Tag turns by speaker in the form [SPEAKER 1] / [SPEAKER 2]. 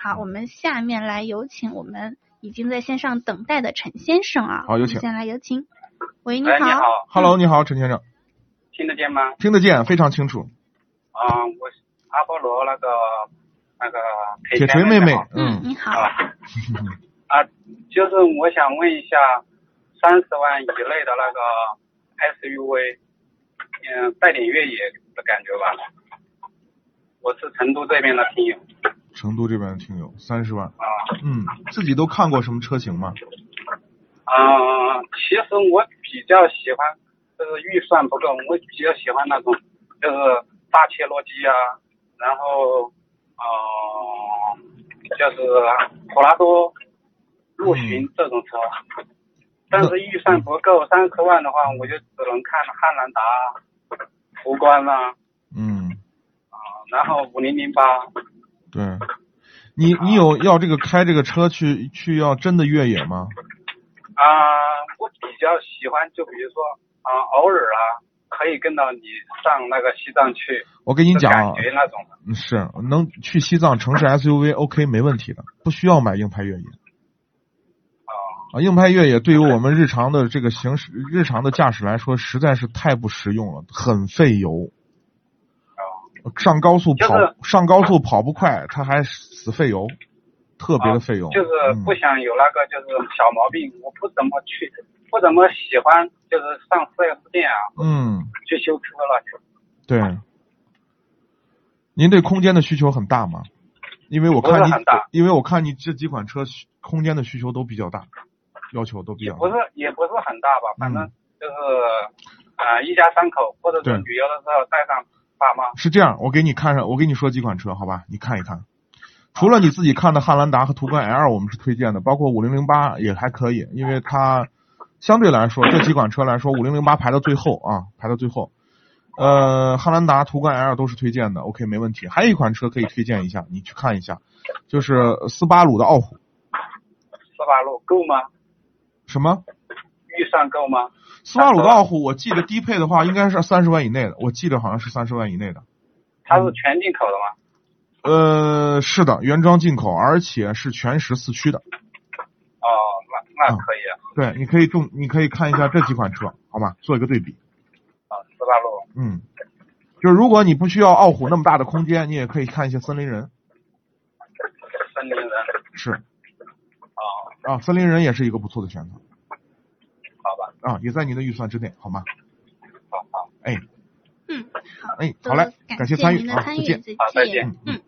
[SPEAKER 1] 好，我们下面来有请我们已经在线上等待的陈先生啊。
[SPEAKER 2] 好有请
[SPEAKER 1] 我们先来有请。喂，你
[SPEAKER 3] 喂，哎你
[SPEAKER 1] 好。
[SPEAKER 3] 好，
[SPEAKER 2] Hello，你好，陈先生，
[SPEAKER 3] 听得见吗？
[SPEAKER 2] 听得见，非常清楚。
[SPEAKER 3] 啊、我是阿波罗那个那个
[SPEAKER 2] 铁锤妹妹，
[SPEAKER 1] 嗯，
[SPEAKER 2] 嗯，
[SPEAKER 1] 你好。
[SPEAKER 3] 啊啊，就是我想问一下，三十万以内的那个 SUV，嗯、带点越野的感觉吧。我是成都这边的听友
[SPEAKER 2] 成都这边的听友三十万，
[SPEAKER 3] 啊，
[SPEAKER 2] 嗯，自己都看过什么车型吗？
[SPEAKER 3] 嗯、其实我比较喜欢，就是预算不够，我比较喜欢那种就是大切诺基啊，然后嗯、就是普拉多、陆巡这种车。但是预算不够，三十万的话，我就只能看汉兰达、途观啦、
[SPEAKER 2] 嗯，
[SPEAKER 3] 啊，然后五零零八，
[SPEAKER 2] 对，你你有要这个开这个车去去要真的越野吗？
[SPEAKER 3] 啊，我比较喜欢，就比如说啊，偶尔啊，可以跟到你上那个西藏去，
[SPEAKER 2] 我跟你讲啊
[SPEAKER 3] 感，觉那种的
[SPEAKER 2] 是能去西藏城市 SUV OK 没问题的，不需要买硬派越野
[SPEAKER 3] 啊
[SPEAKER 2] 啊。硬派越野对于我们日常的这个行驶、日常的驾驶来说，实在是太不实用了，很费油。
[SPEAKER 3] 啊
[SPEAKER 2] 上高速跑、
[SPEAKER 3] 就是
[SPEAKER 2] 上高速跑不快，它还死费油，特别的费油。
[SPEAKER 3] 就是
[SPEAKER 2] 嗯
[SPEAKER 3] 不想有啊那个就是小毛病，我不怎么去，不怎么喜欢就是上四 S 店啊
[SPEAKER 2] 嗯，
[SPEAKER 3] 去修车了。
[SPEAKER 2] 对。您对空间的需求很大吗？因为我看
[SPEAKER 3] 不
[SPEAKER 2] 你
[SPEAKER 3] 是很大，
[SPEAKER 2] 因为我看你这几款车需空间的需求都比较大，要求都比
[SPEAKER 3] 也
[SPEAKER 2] 较
[SPEAKER 3] 不是
[SPEAKER 2] 大。
[SPEAKER 3] 也不是很大吧，反正
[SPEAKER 2] 嗯
[SPEAKER 3] 就是啊、呃一家三口或者
[SPEAKER 2] 对
[SPEAKER 3] 是旅游的时候带上爸妈
[SPEAKER 2] 是这样，我给你看上，我给你说几款车，好吧？你看一看。除了你自己看的汉兰达和途观 L，我们是推荐的，包括五零零八也还可以，因为它相对来说这几款车来说，五零零八排到最后啊，排到最后。呃，汉兰达、途观 L 都是推荐的，OK，没问题。还有一款车可以推荐一下，你去看一下，就是斯巴鲁的傲虎。
[SPEAKER 3] 十八路够吗？
[SPEAKER 2] 什么？
[SPEAKER 3] 预算够吗？
[SPEAKER 2] 斯巴鲁的傲虎，我记得低配的话应该是三十万以内的，我记得好像是三十万以内的。
[SPEAKER 3] 它是全进口的吗？
[SPEAKER 2] 呃，是的，原装进口，而且是全时四驱的。
[SPEAKER 3] 哦，那
[SPEAKER 2] 嗯
[SPEAKER 3] 那可以啊，
[SPEAKER 2] 对，你可以重，你可以看一下这几款车，好吧，做一个对比。
[SPEAKER 3] 啊十八路
[SPEAKER 2] 嗯，就是如果你不需要傲虎那么大的空间，你也可以看一些森林人。
[SPEAKER 3] 森林人
[SPEAKER 2] 是
[SPEAKER 3] 哦，
[SPEAKER 2] 啊，森林人也是一个不错的选择
[SPEAKER 3] 好吧，
[SPEAKER 2] 啊，也在您的预算之内，好吗？
[SPEAKER 3] 好好。
[SPEAKER 2] 哎
[SPEAKER 1] 嗯，
[SPEAKER 2] 哎，
[SPEAKER 1] 好
[SPEAKER 2] 好
[SPEAKER 1] 的
[SPEAKER 2] 嘞，感
[SPEAKER 1] 感
[SPEAKER 2] 参
[SPEAKER 1] 您
[SPEAKER 2] 与
[SPEAKER 1] 的
[SPEAKER 2] 啊，
[SPEAKER 1] 参
[SPEAKER 2] 再
[SPEAKER 1] 与，
[SPEAKER 2] 见。
[SPEAKER 3] 好再见
[SPEAKER 2] 嗯嗯
[SPEAKER 1] 嗯。